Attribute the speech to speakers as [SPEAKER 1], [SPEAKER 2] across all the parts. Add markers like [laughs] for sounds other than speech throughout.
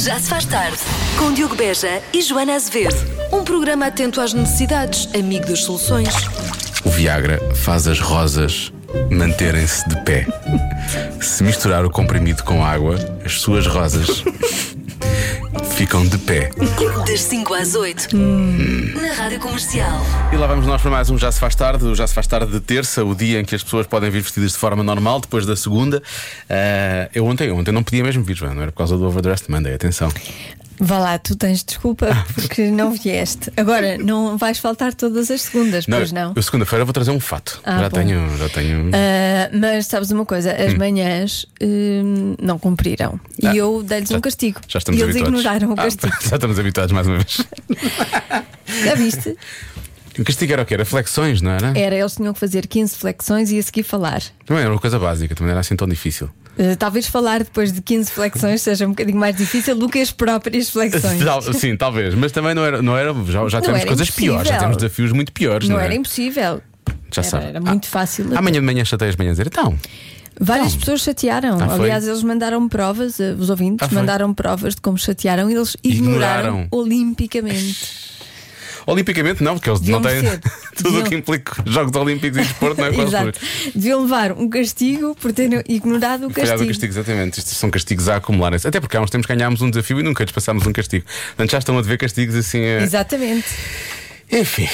[SPEAKER 1] Já se faz tarde, com Diogo Beja e Joana Azevedo. Um programa atento às necessidades, amigo das [laughs] soluções.
[SPEAKER 2] O Viagra faz as rosas manterem-se de pé. Se misturar o comprimido com água, as suas [laughs] rosas ficam de pé.
[SPEAKER 1] Das 5 às 8, na Rádio Comercial.
[SPEAKER 2] E lá vamos nós para mais um Já Se Faz Tarde, o Já Se Faz Tarde de terça, o dia em que as pessoas podem vir vestidas de forma normal, depois da segunda. Ah, eu ontem, ontem não podia mesmo vir, Joana, não era por causa do Overdressed Monday, atenção.
[SPEAKER 3] Vá lá, tu tens desculpa
[SPEAKER 2] Ah.
[SPEAKER 3] porque não vieste.
[SPEAKER 2] [laughs]
[SPEAKER 3] Agora, não vais faltar todas as segundas, pois não?
[SPEAKER 2] Eu segunda-feira vou trazer um fato.
[SPEAKER 3] Ah,
[SPEAKER 2] já
[SPEAKER 3] bom.
[SPEAKER 2] tenho, já tenho.
[SPEAKER 3] Ah, mas sabes uma coisa, as manhãs hum, não cumpriram.
[SPEAKER 2] Ah,
[SPEAKER 3] e eu dei-lhes
[SPEAKER 2] já-
[SPEAKER 3] um castigo.
[SPEAKER 2] Já estamos
[SPEAKER 3] e eles
[SPEAKER 2] habituados.
[SPEAKER 3] ignoraram o
[SPEAKER 2] Ah,
[SPEAKER 3] castigo.
[SPEAKER 2] [laughs] já estamos habituados mais uma vez.
[SPEAKER 3] [laughs] Já viste?
[SPEAKER 2] O castigo era o quê? Era flexões, não era?
[SPEAKER 3] Era, eles tinham que fazer 15 flexões e a seguir falar.
[SPEAKER 2] Também era uma coisa básica, também não era assim tão difícil.
[SPEAKER 3] Ah, talvez falar depois de 15 flexões seja um bocadinho mais difícil do que as próprias flexões.
[SPEAKER 2] Tal- sim, [laughs] talvez, mas também não era. Não era já já
[SPEAKER 3] Não
[SPEAKER 2] temos
[SPEAKER 3] era
[SPEAKER 2] coisas
[SPEAKER 3] impossível.
[SPEAKER 2] piores, já temos desafios muito piores, não,
[SPEAKER 3] Não
[SPEAKER 2] é?
[SPEAKER 3] era impossível.
[SPEAKER 2] Já
[SPEAKER 3] era,
[SPEAKER 2] sabe. Ah,
[SPEAKER 3] era muito fácil. até.
[SPEAKER 2] Amanhã de manhã chatei as manhãs a dizer, então,
[SPEAKER 3] Várias pessoas chatearam.
[SPEAKER 2] Ah, foi?
[SPEAKER 3] Aliás, eles mandaram provas, eh, os ouvintes
[SPEAKER 2] Ah, foi?
[SPEAKER 3] mandaram provas de como chatearam e eles
[SPEAKER 2] Ignoraram.
[SPEAKER 3] ignoraram,
[SPEAKER 2] [laughs]
[SPEAKER 3] olimpicamente.
[SPEAKER 2] olimpicamente não, porque eles
[SPEAKER 3] Deviam
[SPEAKER 2] não têm
[SPEAKER 3] ser.
[SPEAKER 2] [laughs] tudo o
[SPEAKER 3] Deviam.
[SPEAKER 2] que implica Jogos Olímpicos e Desporto,
[SPEAKER 3] [laughs]
[SPEAKER 2] não é quase
[SPEAKER 3] Exato. Deviam levar um castigo por terem ignorado o
[SPEAKER 2] Falhado
[SPEAKER 3] castigo.
[SPEAKER 2] o castigo, exatamente. Isto são castigos a acumularem-se. Até porque há uns tempos ganhámos um desafio e nunca despassámos um castigo. Portanto, já estão a dever castigos assim a.
[SPEAKER 3] Exatamente.
[SPEAKER 2] Enfim.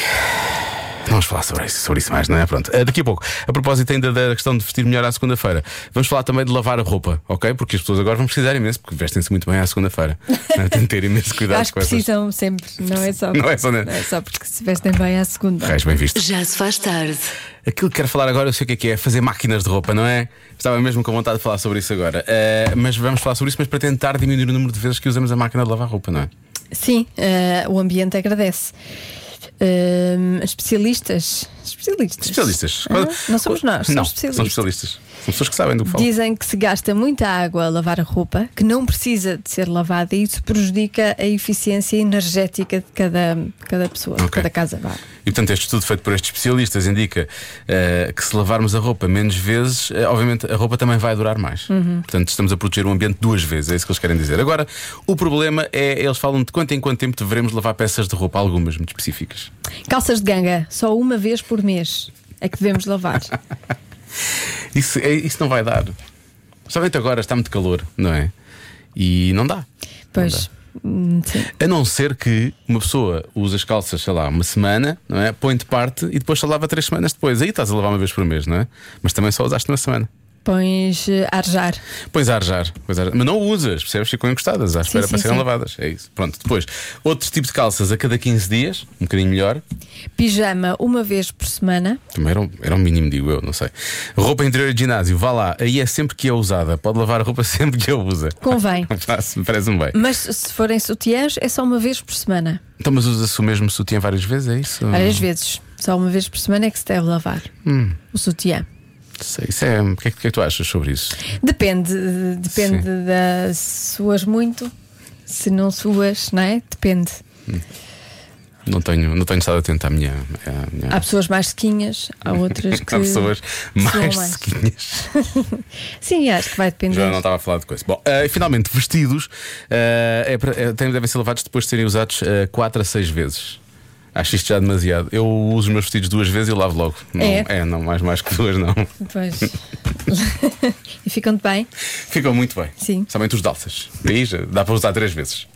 [SPEAKER 2] Vamos falar sobre isso, sobre isso mais, não é? Pronto, eh, daqui a pouco. A propósito ainda da questão de vestir melhor à segunda-feira, vamos falar também de lavar a roupa, ok? Porque as pessoas agora vão precisar imenso, porque vestem-se muito bem à segunda-feira. Não é? Tem que ter imenso
[SPEAKER 3] [laughs] Eu
[SPEAKER 2] cuidado
[SPEAKER 3] acho
[SPEAKER 2] com
[SPEAKER 3] que
[SPEAKER 2] essas.
[SPEAKER 3] precisam sempre, não é
[SPEAKER 2] [laughs]
[SPEAKER 3] só,
[SPEAKER 2] Não é só, né?
[SPEAKER 3] não é só porque se vestem bem à segunda.
[SPEAKER 2] Reis, bem visto.
[SPEAKER 1] Já se faz tarde,
[SPEAKER 2] Aquilo que quero falar agora, eu sei o que é que é, fazer máquinas de roupa, não é? Estava mesmo com vontade de falar sobre isso agora. Eh, mas vamos falar sobre isso, mas para tentar diminuir o número de vezes que usamos a máquina de lavar roupa, não é?
[SPEAKER 3] Sim, eh, o ambiente agradece. Eh, especialistas. Especialistas.
[SPEAKER 2] Especialistas.
[SPEAKER 3] Ah, não somos nós, somos
[SPEAKER 2] não,
[SPEAKER 3] especialistas.
[SPEAKER 2] São especialistas. São pessoas que sabem do que falam.
[SPEAKER 3] Dizem que se gasta muita água a lavar a roupa, que não precisa de ser lavada e isso prejudica a eficiência energética de cada, cada pessoa, de
[SPEAKER 2] Ok.
[SPEAKER 3] cada casa. Vá.
[SPEAKER 2] E portanto, este estudo feito por estes especialistas indica eh, que se lavarmos a roupa menos vezes, eh, obviamente a roupa também vai durar mais. Portanto, estamos a proteger o ambiente duas vezes, é isso que eles querem dizer. Agora, o problema é, eles falam de quanto em quanto tempo deveremos lavar peças de roupa, algumas muito específicas.
[SPEAKER 3] Calças de ganga, só uma vez por mês é que devemos lavar.
[SPEAKER 2] Isso, é- isso não vai dar. Somente agora está muito calor, não é? E não dá.
[SPEAKER 3] Pois, hum, sim.
[SPEAKER 2] A não ser que uma pessoa use as calças, sei lá, uma semana, não é? Põe de parte e depois só lava três semanas depois. Aí estás a lavar uma vez por mês, não é? Mas também só usaste uma semana.
[SPEAKER 3] pões eh, a arjar.
[SPEAKER 2] Pois a arjar, pois a arjar. Mas não usas, percebes? Ficam encostadas à espera
[SPEAKER 3] sim,
[SPEAKER 2] para serem
[SPEAKER 3] sim.
[SPEAKER 2] lavadas. É isso. Pronto, depois, outros tipos de calças a cada 15 dias, um bocadinho melhor.
[SPEAKER 3] Pijama uma vez por semana.
[SPEAKER 2] Também era um, era um mínimo, digo eu, não sei. Roupa interior de ginásio, vá lá, aí é sempre que é usada. Pode lavar a roupa [laughs] sempre que a usa. [laughs]
[SPEAKER 3] Convém.
[SPEAKER 2] Parece- Parece-me bem.
[SPEAKER 3] Mas se forem sutiãs, é só uma vez por semana.
[SPEAKER 2] Então, mas usa-se o mesmo sutiã várias vezes, é isso?
[SPEAKER 3] Várias vezes. Só uma vez por semana é que se deve lavar o sutiã.
[SPEAKER 2] Sei, isso é. O que é, que- o que é que tu achas sobre isso?
[SPEAKER 3] Depende, eh, depende da se suas muito, se não suas, não é? Depende.
[SPEAKER 2] Não tenho, não tenho estado atento à minha. À minha...
[SPEAKER 3] Há pessoas mais sequinhas,
[SPEAKER 2] [laughs]
[SPEAKER 3] há outras que.
[SPEAKER 2] Há pessoas mais
[SPEAKER 3] mais.
[SPEAKER 2] sequinhas.
[SPEAKER 3] Sim, acho que vai depender.
[SPEAKER 2] Já
[SPEAKER 3] [laughs]
[SPEAKER 2] não estava a falar de coisa. Bom, eh, e finalmente, vestidos eh, é pra- eh, têm- devem ser lavados depois de serem usados 4 a 6 vezes. Acho isto já demasiado. Eu uso os meus vestidos duas vezes e lavo logo. Não,
[SPEAKER 3] É?
[SPEAKER 2] não, mais, mais que duas, não.
[SPEAKER 3] Pois. [laughs] e ficam-te bem?
[SPEAKER 2] Ficam muito bem.
[SPEAKER 3] Sim.
[SPEAKER 2] Somente os dalsas. Aí já dá para usar três vezes.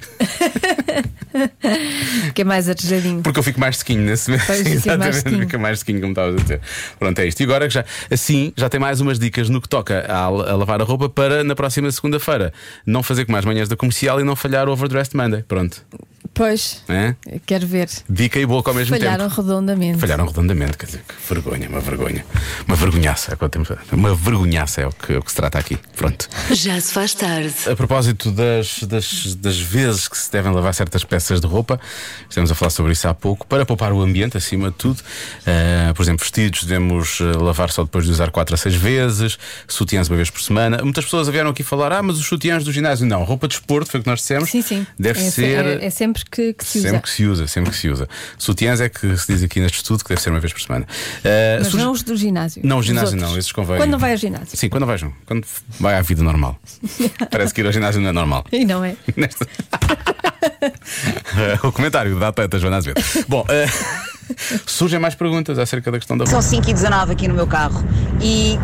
[SPEAKER 3] Porque é mais arejadinho.
[SPEAKER 2] Porque eu fico mais sequinho nesse mês.
[SPEAKER 3] Pois,
[SPEAKER 2] [laughs]
[SPEAKER 3] fica mais sequinho.
[SPEAKER 2] fica mais sequinho, como estavas a dizer. Pronto, é isto. E agora que já, assim, já tem mais umas dicas no que toca a, a lavar a roupa para na próxima segunda-feira. Não fazer como as manhãs da comercial e não falhar o Overdressed Monday. Pronto.
[SPEAKER 3] Pois,
[SPEAKER 2] É?
[SPEAKER 3] quero ver.
[SPEAKER 2] Dica e boca ao mesmo
[SPEAKER 3] Falharam
[SPEAKER 2] tempo.
[SPEAKER 3] redondamente.
[SPEAKER 2] Falharam redondamente, quer dizer, que vergonha, uma vergonha. Uma vergonhaça, é quando temos- uma vergonhaça é o que, o que se trata aqui. Pronto.
[SPEAKER 1] já se faz tarde,
[SPEAKER 2] A propósito das, das, das vezes que se devem lavar certas peças de roupa, estamos a falar sobre isso há pouco, para poupar o ambiente, acima de tudo. Ah, por exemplo, vestidos devemos ah, lavar só depois de usar 4 a 6 vezes, sutiãs uma vez por semana. Muitas pessoas vieram aqui falar: ah, mas os sutiãs do ginásio não, roupa de esporte, foi o que nós dissemos.
[SPEAKER 3] Sim, sim.
[SPEAKER 2] Deve
[SPEAKER 3] é, se-
[SPEAKER 2] ser.
[SPEAKER 3] É, é sempre sempre que, que se usa.
[SPEAKER 2] Sempre que se usa, sempre que se usa. Sutiãs é que se diz aqui neste estudo que deve ser uma vez por semana. Ah,
[SPEAKER 3] Mas
[SPEAKER 2] surge-
[SPEAKER 3] não os do ginásio.
[SPEAKER 2] Não, o
[SPEAKER 3] os
[SPEAKER 2] ginásio
[SPEAKER 3] outros.
[SPEAKER 2] não, esses convém.
[SPEAKER 3] Quando não vai ao
[SPEAKER 2] [laughs]
[SPEAKER 3] ginásio.
[SPEAKER 2] Sim, quando não vais, não. Quando vai à vida
[SPEAKER 3] [laughs]
[SPEAKER 2] normal. Parece que ir ao ginásio não é normal. [laughs]
[SPEAKER 3] E não é.
[SPEAKER 2] Nesta- o comentário da atleta Joana Azevedo. Bom, eh,
[SPEAKER 3] [laughs]
[SPEAKER 2] surgem mais perguntas acerca da questão da
[SPEAKER 4] São
[SPEAKER 2] roupa.
[SPEAKER 4] 5 e 19 aqui no meu carro. E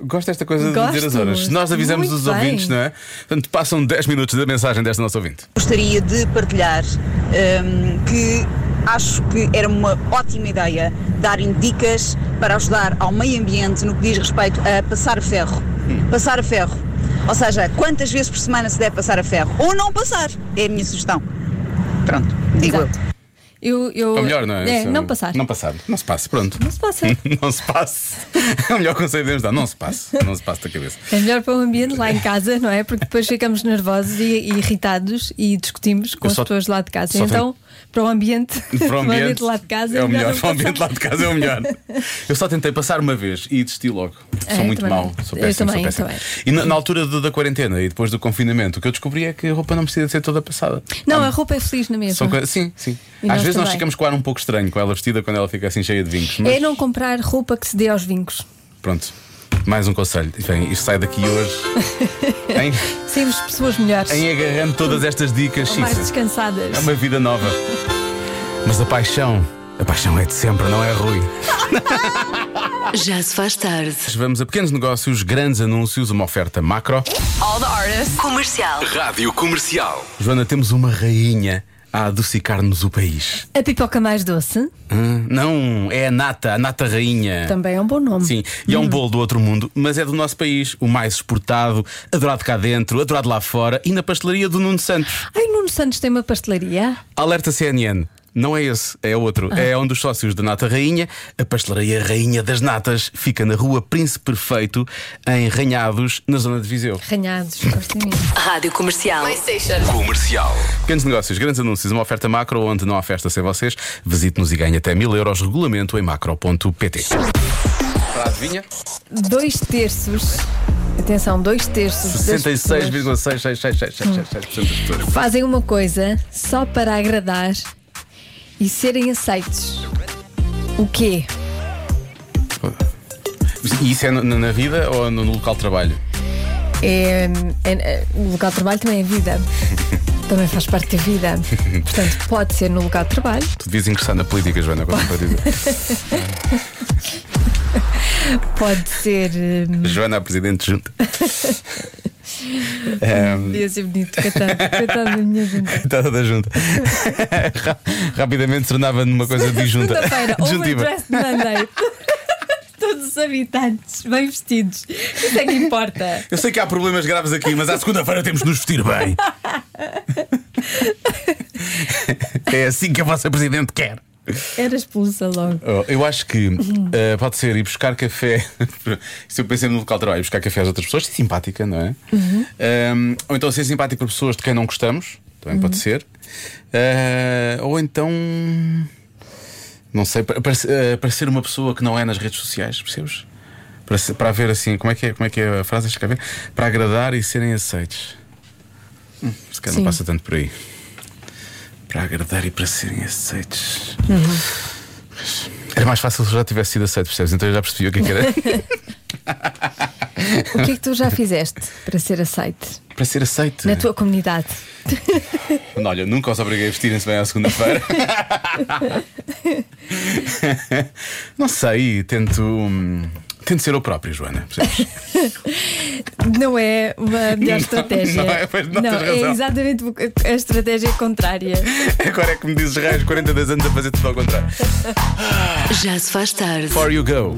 [SPEAKER 2] Gosto desta coisa de dizer as
[SPEAKER 3] Gosto.
[SPEAKER 2] horas. Nós avisamos
[SPEAKER 3] Muito
[SPEAKER 2] os
[SPEAKER 3] bem.
[SPEAKER 2] ouvintes, não é? Portanto, passam 10 minutos da mensagem desta nossa ouvinte.
[SPEAKER 4] gostaria de partilhar hum, que acho que era uma ótima ideia darem dicas para ajudar ao meio ambiente no que diz respeito a passar a ferro. Passar a ferro. Ou seja, quantas vezes por semana se deve passar a ferro? Ou não passar, é a minha sugestão. Pronto, digo eu.
[SPEAKER 3] Exato. Eu, eu,
[SPEAKER 2] Ou melhor, não é?
[SPEAKER 3] É,
[SPEAKER 2] Só-
[SPEAKER 3] não passar.
[SPEAKER 2] Não passar. Não se passe, pronto.
[SPEAKER 3] Não se passa.
[SPEAKER 2] [laughs] não se passe. É o melhor conselho que devemos dar. Não se passe. Não se passe da cabeça.
[SPEAKER 3] É melhor para o ambiente lá em casa, não é? Porque depois ficamos nervosos e, e irritados e discutimos com
[SPEAKER 2] Eu
[SPEAKER 3] as
[SPEAKER 2] só-
[SPEAKER 3] pessoas lá de casa.
[SPEAKER 2] só
[SPEAKER 3] Então, [laughs] para o ambiente,
[SPEAKER 2] [laughs] Para o ambiente,
[SPEAKER 3] lá de casa,
[SPEAKER 2] é o melhor.
[SPEAKER 3] não
[SPEAKER 2] Para o ambiente
[SPEAKER 3] passar.
[SPEAKER 2] lá de casa é o melhor. Eu só tentei passar uma vez e desisti logo.
[SPEAKER 3] É,
[SPEAKER 2] sou muito
[SPEAKER 3] também.
[SPEAKER 2] mau. Sou
[SPEAKER 3] Eu
[SPEAKER 2] péssimo,
[SPEAKER 3] também,
[SPEAKER 2] sou péssimo.
[SPEAKER 3] eu também.
[SPEAKER 2] E na, na altura do- da quarentena e depois do confinamento, o que eu descobri é que a roupa não precisa de ser toda passada.
[SPEAKER 3] Não,
[SPEAKER 2] Há-
[SPEAKER 3] a roupa é feliz na
[SPEAKER 2] Ah, são
[SPEAKER 3] mesma.
[SPEAKER 2] coisas- Sim, sim.
[SPEAKER 3] E
[SPEAKER 2] Às
[SPEAKER 3] nós
[SPEAKER 2] vezes nós
[SPEAKER 3] também.
[SPEAKER 2] ficamos com o ar um pouco estranho com ela vestida quando ela fica assim cheia de vinhos. Mas
[SPEAKER 3] É não comprar roupa que se dê aos
[SPEAKER 2] [laughs]
[SPEAKER 3] vincos.
[SPEAKER 2] pronto, mais um conselho. Bem, isto sai daqui hoje
[SPEAKER 3] [laughs]
[SPEAKER 2] em,
[SPEAKER 3] Sermos pessoas melhores,
[SPEAKER 2] em agarrando todas estas dicas.
[SPEAKER 3] ou mais
[SPEAKER 2] Chifre.
[SPEAKER 3] descansadas.
[SPEAKER 2] É uma vida nova. Mas a paixão, a paixão é de sempre, não é ruim.
[SPEAKER 1] Já se faz tarde.
[SPEAKER 2] Vamos a pequenos negócios, grandes anúncios, uma oferta macro.
[SPEAKER 1] All the artists. Comercial.
[SPEAKER 5] Rádio Comercial.
[SPEAKER 2] Joana, temos uma rainha a adocicar-nos o país.
[SPEAKER 3] A pipoca mais doce
[SPEAKER 2] Hã? não, é a nata, a nata rainha.
[SPEAKER 3] também é um bom nome.
[SPEAKER 2] Sim, e é um bolo do outro mundo, mas é do nosso país, o mais exportado, adorado cá dentro, adorado lá fora e na pastelaria do Nuno Santos.
[SPEAKER 3] Ai, Nuno Santos tem uma pastelaria.
[SPEAKER 2] Alerta CNN. Não é esse, é outro. É um dos sócios da Nata Rainha. A pastelaria Rainha das Natas fica na rua Príncipe Perfeito, em Ranhados, na zona de Viseu.
[SPEAKER 3] Ranhados, gosto imenso.
[SPEAKER 1] Rádio Comercial.
[SPEAKER 5] Comercial.
[SPEAKER 2] Pequenos negócios, grandes anúncios, uma oferta macro onde não há festa sem vocês. Visite-nos e ganhe até mil euros. Regulamento em macro.pt. Para adivinha?
[SPEAKER 3] Dois terços. Atenção, dois terços. das pessoas
[SPEAKER 2] 66,666666% das pessoas.
[SPEAKER 3] Fazem uma coisa só para agradar e serem aceites. O quê?
[SPEAKER 2] E isso é na, na vida ou no, no local de trabalho?
[SPEAKER 3] É, é- é- o local de trabalho também é vida. Também faz parte da vida. Portanto, pode ser no local de trabalho,
[SPEAKER 2] Tu devias ingressar na política, Joana, quando para dizer.
[SPEAKER 3] pode ser. hum,
[SPEAKER 2] Joana, a presidente junta.
[SPEAKER 3] Podia ser é bonito, coitado, coitado da minha gente.
[SPEAKER 2] Coitada da junta. Ra- Rapidamente se tornava numa coisa disjunta. [laughs]
[SPEAKER 3] Segunda-feira,
[SPEAKER 2] Disjuntiva.
[SPEAKER 3] overdressed Monday. Todos os habitantes bem vestidos. Isso é que importa.
[SPEAKER 2] Eu sei que há problemas graves aqui, mas à segunda-feira temos de nos vestir bem. É assim que a vossa presidente quer.
[SPEAKER 3] Era expulsa logo.
[SPEAKER 2] Oh, eu acho que eh, pode ser ir buscar café. [laughs] Se eu pensei no local de trabalho, ir buscar café às outras pessoas, ser simpática, não é? Um, ou então ser simpático para pessoas de quem não gostamos, também pode ser. Eh, ou então. Não sei, para, para, eh, para ser uma pessoa que não é nas redes sociais, percebes? Para, ser- para haver assim, como é que é, como é, que é a frase? Deixa cá ver. Para agradar e serem aceites. Hum, se calhar
[SPEAKER 3] Sim.
[SPEAKER 2] não passa tanto por aí. Para agradar e para serem aceites. Era mais fácil se eu já tivesse sido aceito, percebes? Então eu já percebi o que é que
[SPEAKER 3] [laughs]
[SPEAKER 2] era.
[SPEAKER 3] O que é que tu já fizeste para ser aceite
[SPEAKER 2] Para ser aceito.
[SPEAKER 3] na tua comunidade?
[SPEAKER 2] Não, olha, nunca os obriguei a vestirem-se bem à
[SPEAKER 3] [laughs]
[SPEAKER 2] segunda-feira. Não sei, tento. hum, Tento ser eu próprio, Joana.
[SPEAKER 3] [laughs]
[SPEAKER 2] percebes?
[SPEAKER 3] Não é uma melhor
[SPEAKER 2] Não,
[SPEAKER 3] estratégia.
[SPEAKER 2] não é, pois não, tens
[SPEAKER 3] é
[SPEAKER 2] razão.
[SPEAKER 3] exatamente o- a estratégia contrária.
[SPEAKER 2] Agora é que me dizes raios 42 anos a fazer tudo ao contrário.
[SPEAKER 1] Já se faz tarde.
[SPEAKER 2] Before you go.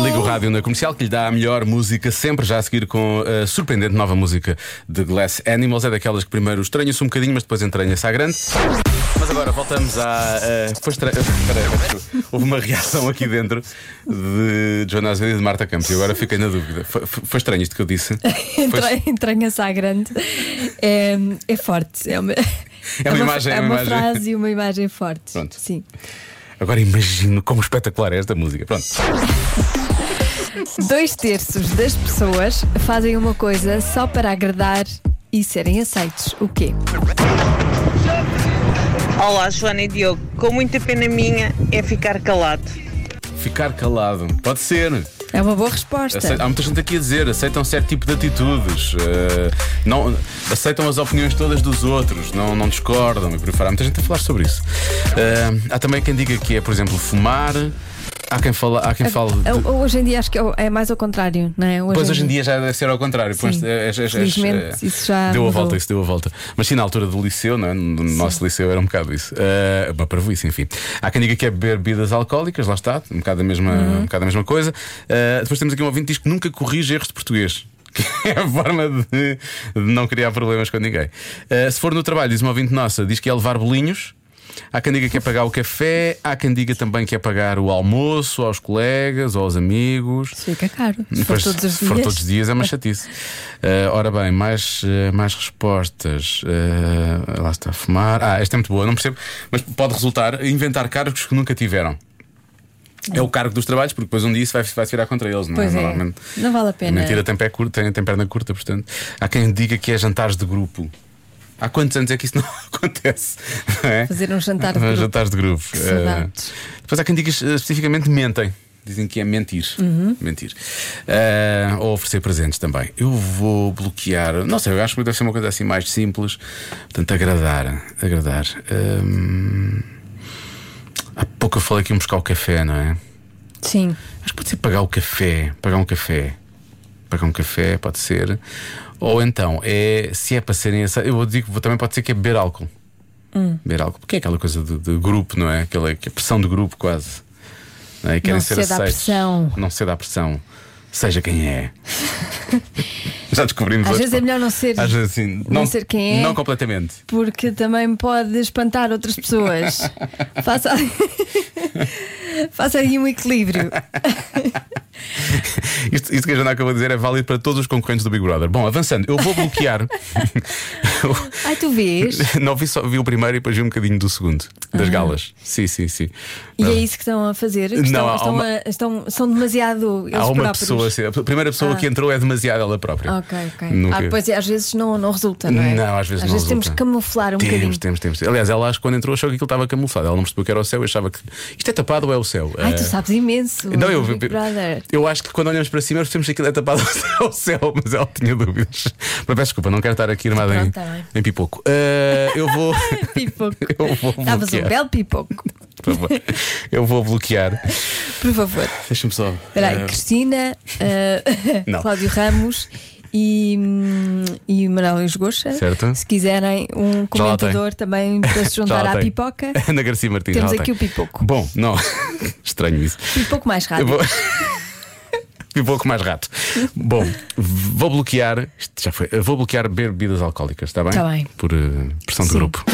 [SPEAKER 2] Liga o rádio na comercial que lhe dá a melhor música sempre, já a seguir com a surpreendente nova música de Glass Animals. É daquelas que primeiro estranha-se um bocadinho, mas depois entranha-se à grande. Mas agora voltamos à. ah, foi estranho. [laughs] Espera, aí, houve uma reação aqui dentro de Joana Azevedo e de Marta Campos. E agora fiquei na dúvida. Foi, foi- foi estranho isto que eu disse. Foi-
[SPEAKER 3] Entra- Entranha-se à grande. É, é forte. É uma,
[SPEAKER 2] uma imagem, é
[SPEAKER 3] É
[SPEAKER 2] uma
[SPEAKER 3] uma
[SPEAKER 2] imagem.
[SPEAKER 3] frase e uma imagem forte.
[SPEAKER 2] Pronto.
[SPEAKER 3] Sim.
[SPEAKER 2] Agora imagino como espetacular é esta música. Pronto.
[SPEAKER 3] Dois terços das pessoas fazem uma coisa só para agradar e serem aceitos. O quê?
[SPEAKER 6] Olá, Joana e Diogo. Com muita pena minha é ficar calado.
[SPEAKER 2] Ficar calado. Pode ser.
[SPEAKER 3] É uma boa resposta.
[SPEAKER 2] Acei- há muita gente aqui a dizer, aceitam certo tipo de atitudes, eh, não, aceitam as opiniões todas dos outros, não, não discordam e por aí fora. Há muita gente a falar sobre isso. Eh, há também quem diga que é, por exemplo, fumar. Há quem fala, há quem fale. de-
[SPEAKER 3] Eu- É Hoje em dia acho que eu- é mais ao contrário, não é?
[SPEAKER 2] Pois hoje em dia já deve ser ao contrário.
[SPEAKER 3] Sim.
[SPEAKER 2] Pois, eh, eh, eh, eh,
[SPEAKER 3] Felizmente,
[SPEAKER 2] eh,
[SPEAKER 3] isso já
[SPEAKER 2] deu a
[SPEAKER 3] mudou.
[SPEAKER 2] volta, isso deu a volta. Mas sim, na altura do liceu, não é? no nosso liceu era um bocado isso. Eh, Uma parvoíce, enfim. Há quem diga que é beber bebidas alcoólicas, lá está, um bocado a mesma, um
[SPEAKER 3] Uhum.
[SPEAKER 2] bocado a mesma coisa. Eh, depois temos aqui um ouvinte que diz que nunca corrige erros de português. [laughs] Que é a forma de, de não criar problemas com ninguém. Eh, se for no trabalho, diz uma ouvinte nossa, diz que é levar bolinhos. Há quem diga que é pagar o café, há quem diga também que é pagar o almoço aos colegas, aos amigos.
[SPEAKER 3] Isso Fica caro. Se for
[SPEAKER 2] Pois,
[SPEAKER 3] todos os
[SPEAKER 2] se for
[SPEAKER 3] dias.
[SPEAKER 2] todos os dias é uma
[SPEAKER 3] [laughs]
[SPEAKER 2] chatice. Eh, ora bem, mais, eh, mais respostas. Eh, lá está, fumar. Ah, esta é muito boa, não percebo. Mas pode resultar em inventar cargos que nunca tiveram. É o cargo dos trabalhos, porque depois um dia isso vai, vai se virar contra eles, não
[SPEAKER 3] Pois
[SPEAKER 2] é?
[SPEAKER 3] é.
[SPEAKER 2] Normalmente.
[SPEAKER 3] Não vale a pena.
[SPEAKER 2] Mentira tem, pé curto, tem, tem perna curta, portanto. Há quem diga que é jantares de grupo. Há quantos anos é que isso não [laughs] acontece? não é?
[SPEAKER 3] Fazer um jantar de grupo.
[SPEAKER 2] Jantares de grupo.
[SPEAKER 3] Que
[SPEAKER 2] Eh,
[SPEAKER 3] saudades.
[SPEAKER 2] depois há quem diga eh, especificamente mentem. Dizem que é mentir.
[SPEAKER 3] Uhum.
[SPEAKER 2] Mentir. Eh, ou oferecer presentes também. Eu vou bloquear. Não sei, eu acho que deve ser uma coisa assim mais simples. Portanto, agradar. Agradar. Hum, há pouco eu falei que íamos buscar o café, não é?
[SPEAKER 3] Sim.
[SPEAKER 2] Acho que pode ser pagar o café. Pagar um café. Pagar um café, pode ser. Ou então, é, se é para serem. ace- Eu vou dizer que vou- também pode ser que é beber álcool.
[SPEAKER 3] Hum.
[SPEAKER 2] Beber álcool. Porque é aquela coisa de, de grupo, não é? Aquela que é pressão de grupo, quase. Não, é? E querem
[SPEAKER 3] Não
[SPEAKER 2] ser
[SPEAKER 3] ceda à
[SPEAKER 2] aceitos.
[SPEAKER 3] pressão.
[SPEAKER 2] Não ceda à pressão. Seja quem é.
[SPEAKER 3] [laughs]
[SPEAKER 2] Já descobrimos
[SPEAKER 3] Às
[SPEAKER 2] hoje,
[SPEAKER 3] vezes é
[SPEAKER 2] pô.
[SPEAKER 3] melhor não ser-
[SPEAKER 2] Às vezes, sim.
[SPEAKER 3] não ser quem é.
[SPEAKER 2] Não completamente. [laughs]
[SPEAKER 3] Porque também pode espantar outras pessoas. Faça... [laughs] Faça aí um equilíbrio.
[SPEAKER 2] Isto, isto que a Jana acabou de dizer é válido para todos os concorrentes do Big Brother. Bom, avançando, eu vou
[SPEAKER 3] [laughs]
[SPEAKER 2] bloquear. [laughs]
[SPEAKER 3] Ai, tu vês?
[SPEAKER 2] Não vi, só vi o primeiro e depois vi um bocadinho do segundo, das galas. Sim, sim, sim.
[SPEAKER 3] Ah. E
[SPEAKER 2] Não.
[SPEAKER 3] é isso que estão a fazer? Que
[SPEAKER 2] Não,
[SPEAKER 3] estão,
[SPEAKER 2] há
[SPEAKER 3] estão
[SPEAKER 2] uma-
[SPEAKER 3] a- estão- são demasiado. Eles
[SPEAKER 2] Há uma
[SPEAKER 3] próprios.
[SPEAKER 2] pessoa, assim, a primeira pessoa
[SPEAKER 3] Ah.
[SPEAKER 2] que entrou é demasiado ela própria.
[SPEAKER 3] Ok, ok.
[SPEAKER 2] Nunca-
[SPEAKER 3] Ah, pois é, às vezes não, não resulta, não é?
[SPEAKER 2] Não, às vezes não
[SPEAKER 3] temos
[SPEAKER 2] resulta.
[SPEAKER 3] que camuflar um
[SPEAKER 2] temos,
[SPEAKER 3] bocadinho.
[SPEAKER 2] Temos, temos, Aliás, ela acho que quando entrou achou que aquilo estava camuflado. Ela não percebeu que era o céu e achava que isto é tapado ou é o céu.
[SPEAKER 3] Ai,
[SPEAKER 2] Eh,
[SPEAKER 3] tu sabes imenso.
[SPEAKER 2] Não, eu,
[SPEAKER 3] Big Brother.
[SPEAKER 2] eu acho que quando olhamos para cima, nós percebemos que aquilo é tapado [laughs] ao céu, mas ela tinha dúvidas. Mas peço desculpa, não quero estar aqui armada em,
[SPEAKER 3] Pronto, tá bem.
[SPEAKER 2] em pipoco. Eh, eu vou.
[SPEAKER 3] [laughs] Pipoco.
[SPEAKER 2] [laughs] Eu vou
[SPEAKER 3] Estavas um
[SPEAKER 2] bloquear.
[SPEAKER 3] belo pipoco.
[SPEAKER 2] Por favor. Eu vou bloquear.
[SPEAKER 3] Por favor.
[SPEAKER 2] Deixa-me só.
[SPEAKER 3] Espera aí,
[SPEAKER 2] eh,
[SPEAKER 3] Cristina, eh,
[SPEAKER 2] Não.
[SPEAKER 3] [laughs] Cláudio Ramos e, hum, e Manuel Luís Goxa.
[SPEAKER 2] Certo.
[SPEAKER 3] Se quiserem um
[SPEAKER 2] Já lá tem.
[SPEAKER 3] comentador também
[SPEAKER 2] [laughs]
[SPEAKER 3] para se
[SPEAKER 2] Já
[SPEAKER 3] juntar
[SPEAKER 2] lá
[SPEAKER 3] à
[SPEAKER 2] tem.
[SPEAKER 3] pipoca.
[SPEAKER 2] Tá [laughs] Ana Garcia Martins.
[SPEAKER 3] Temos
[SPEAKER 2] já lá
[SPEAKER 3] aqui
[SPEAKER 2] tem.
[SPEAKER 3] o pipoco.
[SPEAKER 2] Bom, não. [laughs] Estranho isso.
[SPEAKER 3] Pipoco um mais
[SPEAKER 2] [laughs] Eu
[SPEAKER 3] rápido.
[SPEAKER 2] vou. Pipoco mais rato. Bom, vou bloquear. Isto já foi. Eu Vou bloquear beber bebidas alcoólicas, está bem?
[SPEAKER 3] Tá bem.
[SPEAKER 2] Por eh, pressão do
[SPEAKER 3] Sim.
[SPEAKER 2] grupo.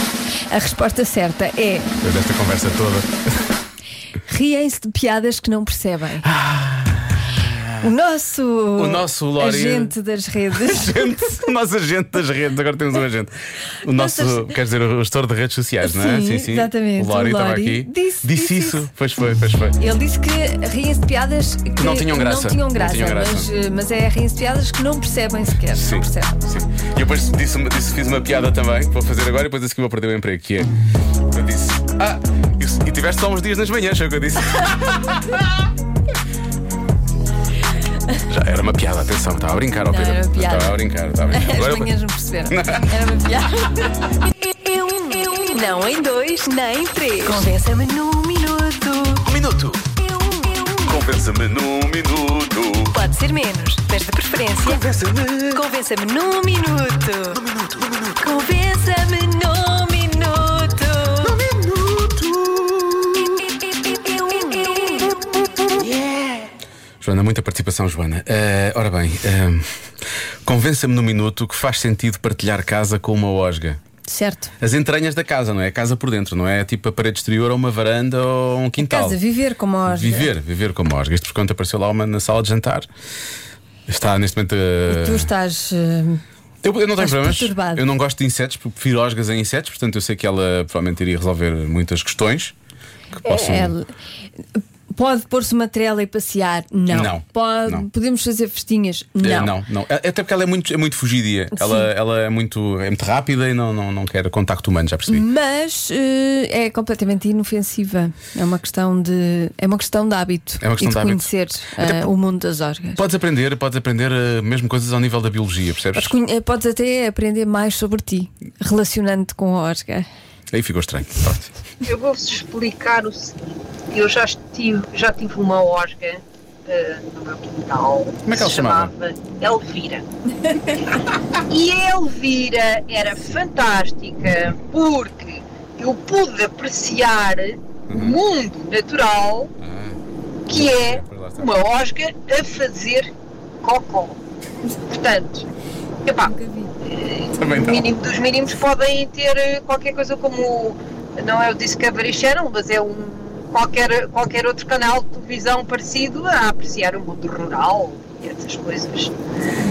[SPEAKER 3] A resposta certa é
[SPEAKER 2] Depois desta conversa toda.
[SPEAKER 3] riem-se de piadas que não percebem. O nosso, o
[SPEAKER 2] Ah. nosso Lori- [laughs]
[SPEAKER 3] agente das redes.
[SPEAKER 2] Gente, o nosso agente das redes, agora temos um agente. O nosso,
[SPEAKER 3] Nossas-
[SPEAKER 2] quer dizer, o gestor de redes sociais, não é?
[SPEAKER 3] Sim, exatamente.
[SPEAKER 2] O Lori
[SPEAKER 3] O
[SPEAKER 2] estava
[SPEAKER 3] Lori
[SPEAKER 2] aqui.
[SPEAKER 3] disse- disse
[SPEAKER 2] isso.
[SPEAKER 3] isso.
[SPEAKER 2] Pois foi, pois foi.
[SPEAKER 3] Ele disse que riem-se de piadas que,
[SPEAKER 2] não tinham graça.
[SPEAKER 3] não tinham
[SPEAKER 2] Não
[SPEAKER 3] graça,
[SPEAKER 2] tinham graça.
[SPEAKER 3] Mas, eh, mas é riem-se de piadas que não percebem sequer. Não percebem.
[SPEAKER 2] sim. E eu depois disse, uma- disse- fiz uma piada também, que vou fazer agora, e depois disse que vou perder o emprego, que é. Eu disse, ah, isso- e tiveste só uns dias nas manhãs, foi o que eu
[SPEAKER 3] [laughs]
[SPEAKER 2] disse. Já era uma piada, atenção, estava a brincar, ó
[SPEAKER 3] Não,
[SPEAKER 2] Pedro.
[SPEAKER 3] era uma piada.
[SPEAKER 2] Estava a brincar, estava a brincar.
[SPEAKER 3] As
[SPEAKER 2] Agora-
[SPEAKER 3] manhãs não perceberam. Era uma piada.
[SPEAKER 1] Não em dois, nem em três. Convença-me num minuto.
[SPEAKER 5] Um minuto. Convença-me num minuto.
[SPEAKER 1] Pode ser menos, mas de preferência.
[SPEAKER 5] Convença-me.
[SPEAKER 1] Convença-me num minuto.
[SPEAKER 5] Num minuto, num minuto.
[SPEAKER 1] Convença-me num minuto.
[SPEAKER 2] Joana, muita participação, Joana. Eh, ora bem, ehm, convença-me no minuto que faz sentido partilhar casa com uma osga.
[SPEAKER 3] Certo.
[SPEAKER 2] As entranhas da casa, não é? A casa por dentro, não é? Tipo a parede exterior ou uma varanda ou um quintal.
[SPEAKER 3] Casa, viver como os.
[SPEAKER 2] Viver, viver como Osga. Isto por conta apareceu lá uma na sala de jantar. Está neste momento. eh,
[SPEAKER 3] Tu estás. eh,
[SPEAKER 2] eu, eu não tenho
[SPEAKER 3] estás
[SPEAKER 2] problemas.
[SPEAKER 3] perturbado.
[SPEAKER 2] Eu não gosto de insetos, porque prefiro Osgas a insetos, portanto eu sei que ela provavelmente iria resolver muitas questões que possam.
[SPEAKER 3] é- Pode pôr-se uma trela e passear? Não.
[SPEAKER 2] Não.
[SPEAKER 3] Pode-
[SPEAKER 2] Não.
[SPEAKER 3] Podemos fazer festinhas? Não.
[SPEAKER 2] É, não, não. É- Até porque ela é muito, é muito fugidia. Ela, ela é, muito, é muito rápida e não, não, não quer contacto humano, já percebi.
[SPEAKER 3] Mas eh, é completamente inofensiva. É uma questão de é uma questão de hábito
[SPEAKER 2] É uma questão
[SPEAKER 3] e de,
[SPEAKER 2] de hábito.
[SPEAKER 3] conhecer
[SPEAKER 2] Até
[SPEAKER 3] eh, o mundo das orgas.
[SPEAKER 2] Podes aprender, podes aprender eh, mesmo coisas ao nível da biologia, percebes?
[SPEAKER 3] Podes, conhe- eh, podes até aprender mais sobre ti, relacionando-te com a orga.
[SPEAKER 2] Aí ficou estranho. Pronto.
[SPEAKER 7] Eu vou-vos explicar o seguinte: eu já estive, já tive uma orga eh, no meu quintal.
[SPEAKER 2] Como é que ela se chamava?
[SPEAKER 7] Elvira. [laughs] e a Elvira era fantástica porque eu pude apreciar
[SPEAKER 2] Uhum.
[SPEAKER 7] o mundo natural
[SPEAKER 2] Ah,
[SPEAKER 7] que é uma osga a fazer cocó. Portanto, epá,
[SPEAKER 2] Também não.
[SPEAKER 7] mínimo dos mínimos podem ter eh, qualquer coisa como não é o Discovery Channel, mas é um qualquer, qualquer outro canal de televisão parecido a apreciar o mundo rural e essas coisas.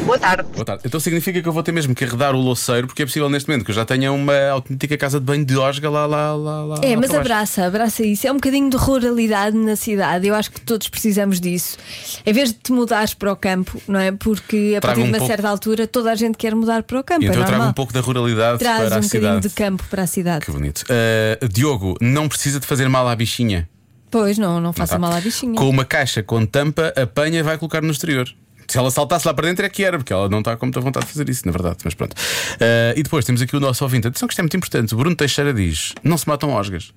[SPEAKER 7] Boa tarde.
[SPEAKER 2] Boa tarde. Então significa que eu vou ter mesmo que arredar o louceiro, porque é possível neste momento que eu já tenha uma autêntica casa de banho de Osga lá, lá, lá, lá.
[SPEAKER 3] É,
[SPEAKER 2] lá para
[SPEAKER 3] mas
[SPEAKER 2] baixo.
[SPEAKER 3] abraça, abraça isso. É um bocadinho de ruralidade na cidade. Eu acho que todos precisamos disso. Em vez de te mudares para o campo, não é? Porque a
[SPEAKER 2] Traga
[SPEAKER 3] partir
[SPEAKER 2] um
[SPEAKER 3] de uma
[SPEAKER 2] pouco-
[SPEAKER 3] certa altura toda a gente quer mudar para o campo.
[SPEAKER 2] E então eu
[SPEAKER 3] é
[SPEAKER 2] trago
[SPEAKER 3] normal.
[SPEAKER 2] um pouco da ruralidade
[SPEAKER 3] Traz
[SPEAKER 2] para
[SPEAKER 3] um
[SPEAKER 2] a
[SPEAKER 3] bocadinho
[SPEAKER 2] cidade.
[SPEAKER 3] de campo para a cidade.
[SPEAKER 2] Que bonito. Eh, Diogo, não precisa de fazer mal à bichinha.
[SPEAKER 3] Pois não, não faça
[SPEAKER 2] Tá.
[SPEAKER 3] mal à bichinha.
[SPEAKER 2] Com uma caixa com tampa, apanha e vai colocar no exterior. Se ela saltasse lá para dentro é que era, porque ela não está com muita vontade de fazer isso, na verdade, mas pronto. Eh, e depois temos aqui o nosso ouvinte. Atenção que isto é muito importante. O Bruno Teixeira diz: não se matam osgas.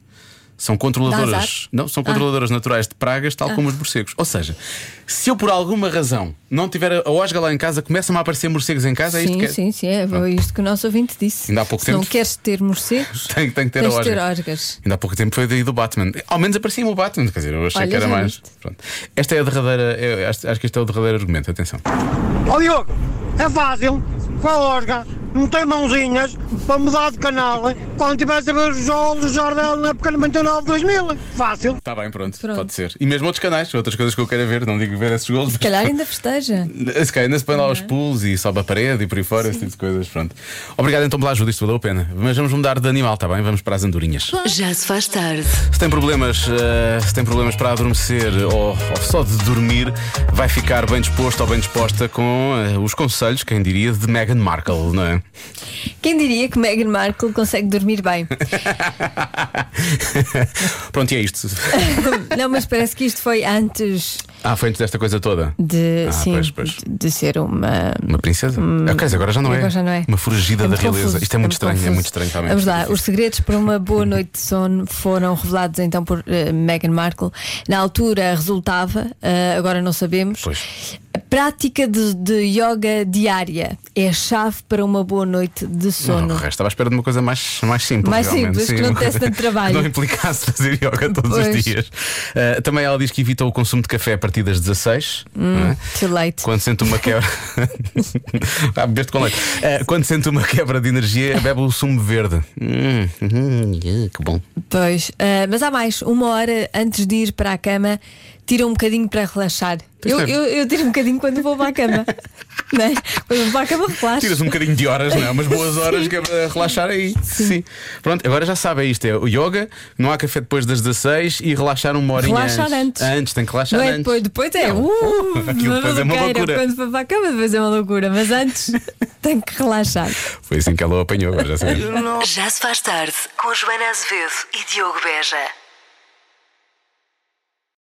[SPEAKER 2] São
[SPEAKER 3] Dá azar. Ah.
[SPEAKER 2] controladoras, não, são controladoras naturais de pragas, tal como os morcegos. Ou seja, se eu por alguma razão não tiver a osga lá em casa, começam a aparecer morcegos em casa, é isto
[SPEAKER 3] Sim,
[SPEAKER 2] que é?
[SPEAKER 3] sim, sim, é foi isto que o nosso ouvinte disse.
[SPEAKER 2] Ainda há pouco
[SPEAKER 3] Se não
[SPEAKER 2] tempo-
[SPEAKER 3] queres ter morcegos,
[SPEAKER 2] [laughs] Tem, tem que ter
[SPEAKER 3] tens
[SPEAKER 2] a osga.
[SPEAKER 3] de ter orgas.
[SPEAKER 2] Ainda há pouco tempo foi daí do Batman. Ao menos aparecia o Batman, quer dizer, eu achei
[SPEAKER 3] Olha,
[SPEAKER 2] que era
[SPEAKER 3] já
[SPEAKER 2] mais.
[SPEAKER 3] viste.
[SPEAKER 2] Pronto. Esta é a derradeira, eu acho, acho que este é o derradeiro argumento, atenção.
[SPEAKER 8] Ó Diogo, é fácil, com a Orga, não tem mãozinhas para mudar de canal quando tivesse a ver os olhos do Jardel na época 99 2000. Fácil.
[SPEAKER 2] Está Tá bem, pronto,
[SPEAKER 3] Pronto.
[SPEAKER 2] pode ser. E mesmo outros canais, outras coisas que eu quero ver, não digo ver esses golos,
[SPEAKER 3] Se calhar Uhum. ainda festeja.
[SPEAKER 2] mas. [laughs] Se calhar ainda se põe lá aos pulos e sobe a parede e por aí fora, esse tipo de coisas, pronto. Obrigado então pela ajuda, isto valeu a pena. Mas vamos mudar de animal, está bem? Vamos para as andorinhas.
[SPEAKER 1] Já se faz tarde.
[SPEAKER 2] Se tem problemas, eh, se tem problemas para adormecer ou, ou só de dormir, vai ficar bem disposto ou bem disposta com eh, os conselhos, quem diria, de Meghan Markle, não é?
[SPEAKER 3] Quem diria que Meghan Markle consegue dormir
[SPEAKER 2] [laughs]
[SPEAKER 3] bem?
[SPEAKER 2] Pronto, e é isto.
[SPEAKER 3] não, mas parece que isto foi antes
[SPEAKER 2] Ah, foi antes desta coisa toda.
[SPEAKER 3] de,
[SPEAKER 2] Ah,
[SPEAKER 3] sim,
[SPEAKER 2] pois, pois.
[SPEAKER 3] de- de ser uma.
[SPEAKER 2] Uma princesa? ok, agora já não, é.
[SPEAKER 3] Hum. Agora já não é.
[SPEAKER 2] Uma fugida
[SPEAKER 3] É
[SPEAKER 2] da
[SPEAKER 3] muito
[SPEAKER 2] realeza.
[SPEAKER 3] confuso,
[SPEAKER 2] Isto é muito estranho, é
[SPEAKER 3] confuso.
[SPEAKER 2] muito estranho realmente.
[SPEAKER 3] Vamos lá, os segredos para
[SPEAKER 2] [laughs]
[SPEAKER 3] uma boa noite de sono foram revelados então por eh, Meghan Markle. Na altura resultava, eh, agora não sabemos.
[SPEAKER 2] Pois.
[SPEAKER 3] A prática de, de yoga diária é a chave para uma boa noite de
[SPEAKER 2] Não,
[SPEAKER 3] sono.
[SPEAKER 2] o resto estava à espera de uma coisa mais, mais simples.
[SPEAKER 3] Mais
[SPEAKER 2] realmente.
[SPEAKER 3] simples, que não
[SPEAKER 2] uma
[SPEAKER 3] desse
[SPEAKER 2] coisa
[SPEAKER 3] tanto trabalho.
[SPEAKER 2] que Não implicasse fazer yoga todos os
[SPEAKER 3] Pois.
[SPEAKER 2] dias. Ah, também ela diz que evita o consumo de café a partir das 16. não é?
[SPEAKER 3] Too late.
[SPEAKER 2] Quando sente uma quebra. [laughs] ah, bebeste com leite. Ah, quando sente uma quebra de energia, bebe o sumo verde. Hum, hum, que bom.
[SPEAKER 3] Pois, eh, mas há mais, uma hora antes de ir para a cama, tira um bocadinho para relaxar. Eu,
[SPEAKER 2] certo.
[SPEAKER 3] eu, eu tiro um bocadinho quando vou para
[SPEAKER 2] [laughs]
[SPEAKER 3] a cama. não é? Quando vou para a cama, relaxo.
[SPEAKER 2] Tiras um bocadinho de horas, não é? Umas
[SPEAKER 3] [laughs]
[SPEAKER 2] boas horas que é para relaxar aí. Sim. Pronto, agora já sabem isto: é o yoga, não há café depois das 16 e relaxar uma horinha.
[SPEAKER 3] Relaxar antes.
[SPEAKER 2] Antes, tem que relaxar
[SPEAKER 3] Não é
[SPEAKER 2] um antes.
[SPEAKER 3] depois, depois é.
[SPEAKER 2] Não.
[SPEAKER 3] Uh,
[SPEAKER 2] Aquilo depois é uma
[SPEAKER 3] maluqueira.
[SPEAKER 2] loucura.
[SPEAKER 3] Quando for para a cama, depois é uma loucura. Mas
[SPEAKER 2] [laughs]
[SPEAKER 3] antes tenho que relaxar.
[SPEAKER 2] Foi assim que ela o apanhou, agora já sabemos.
[SPEAKER 1] Já se faz tarde com Joana Azevedo e Diogo Beja.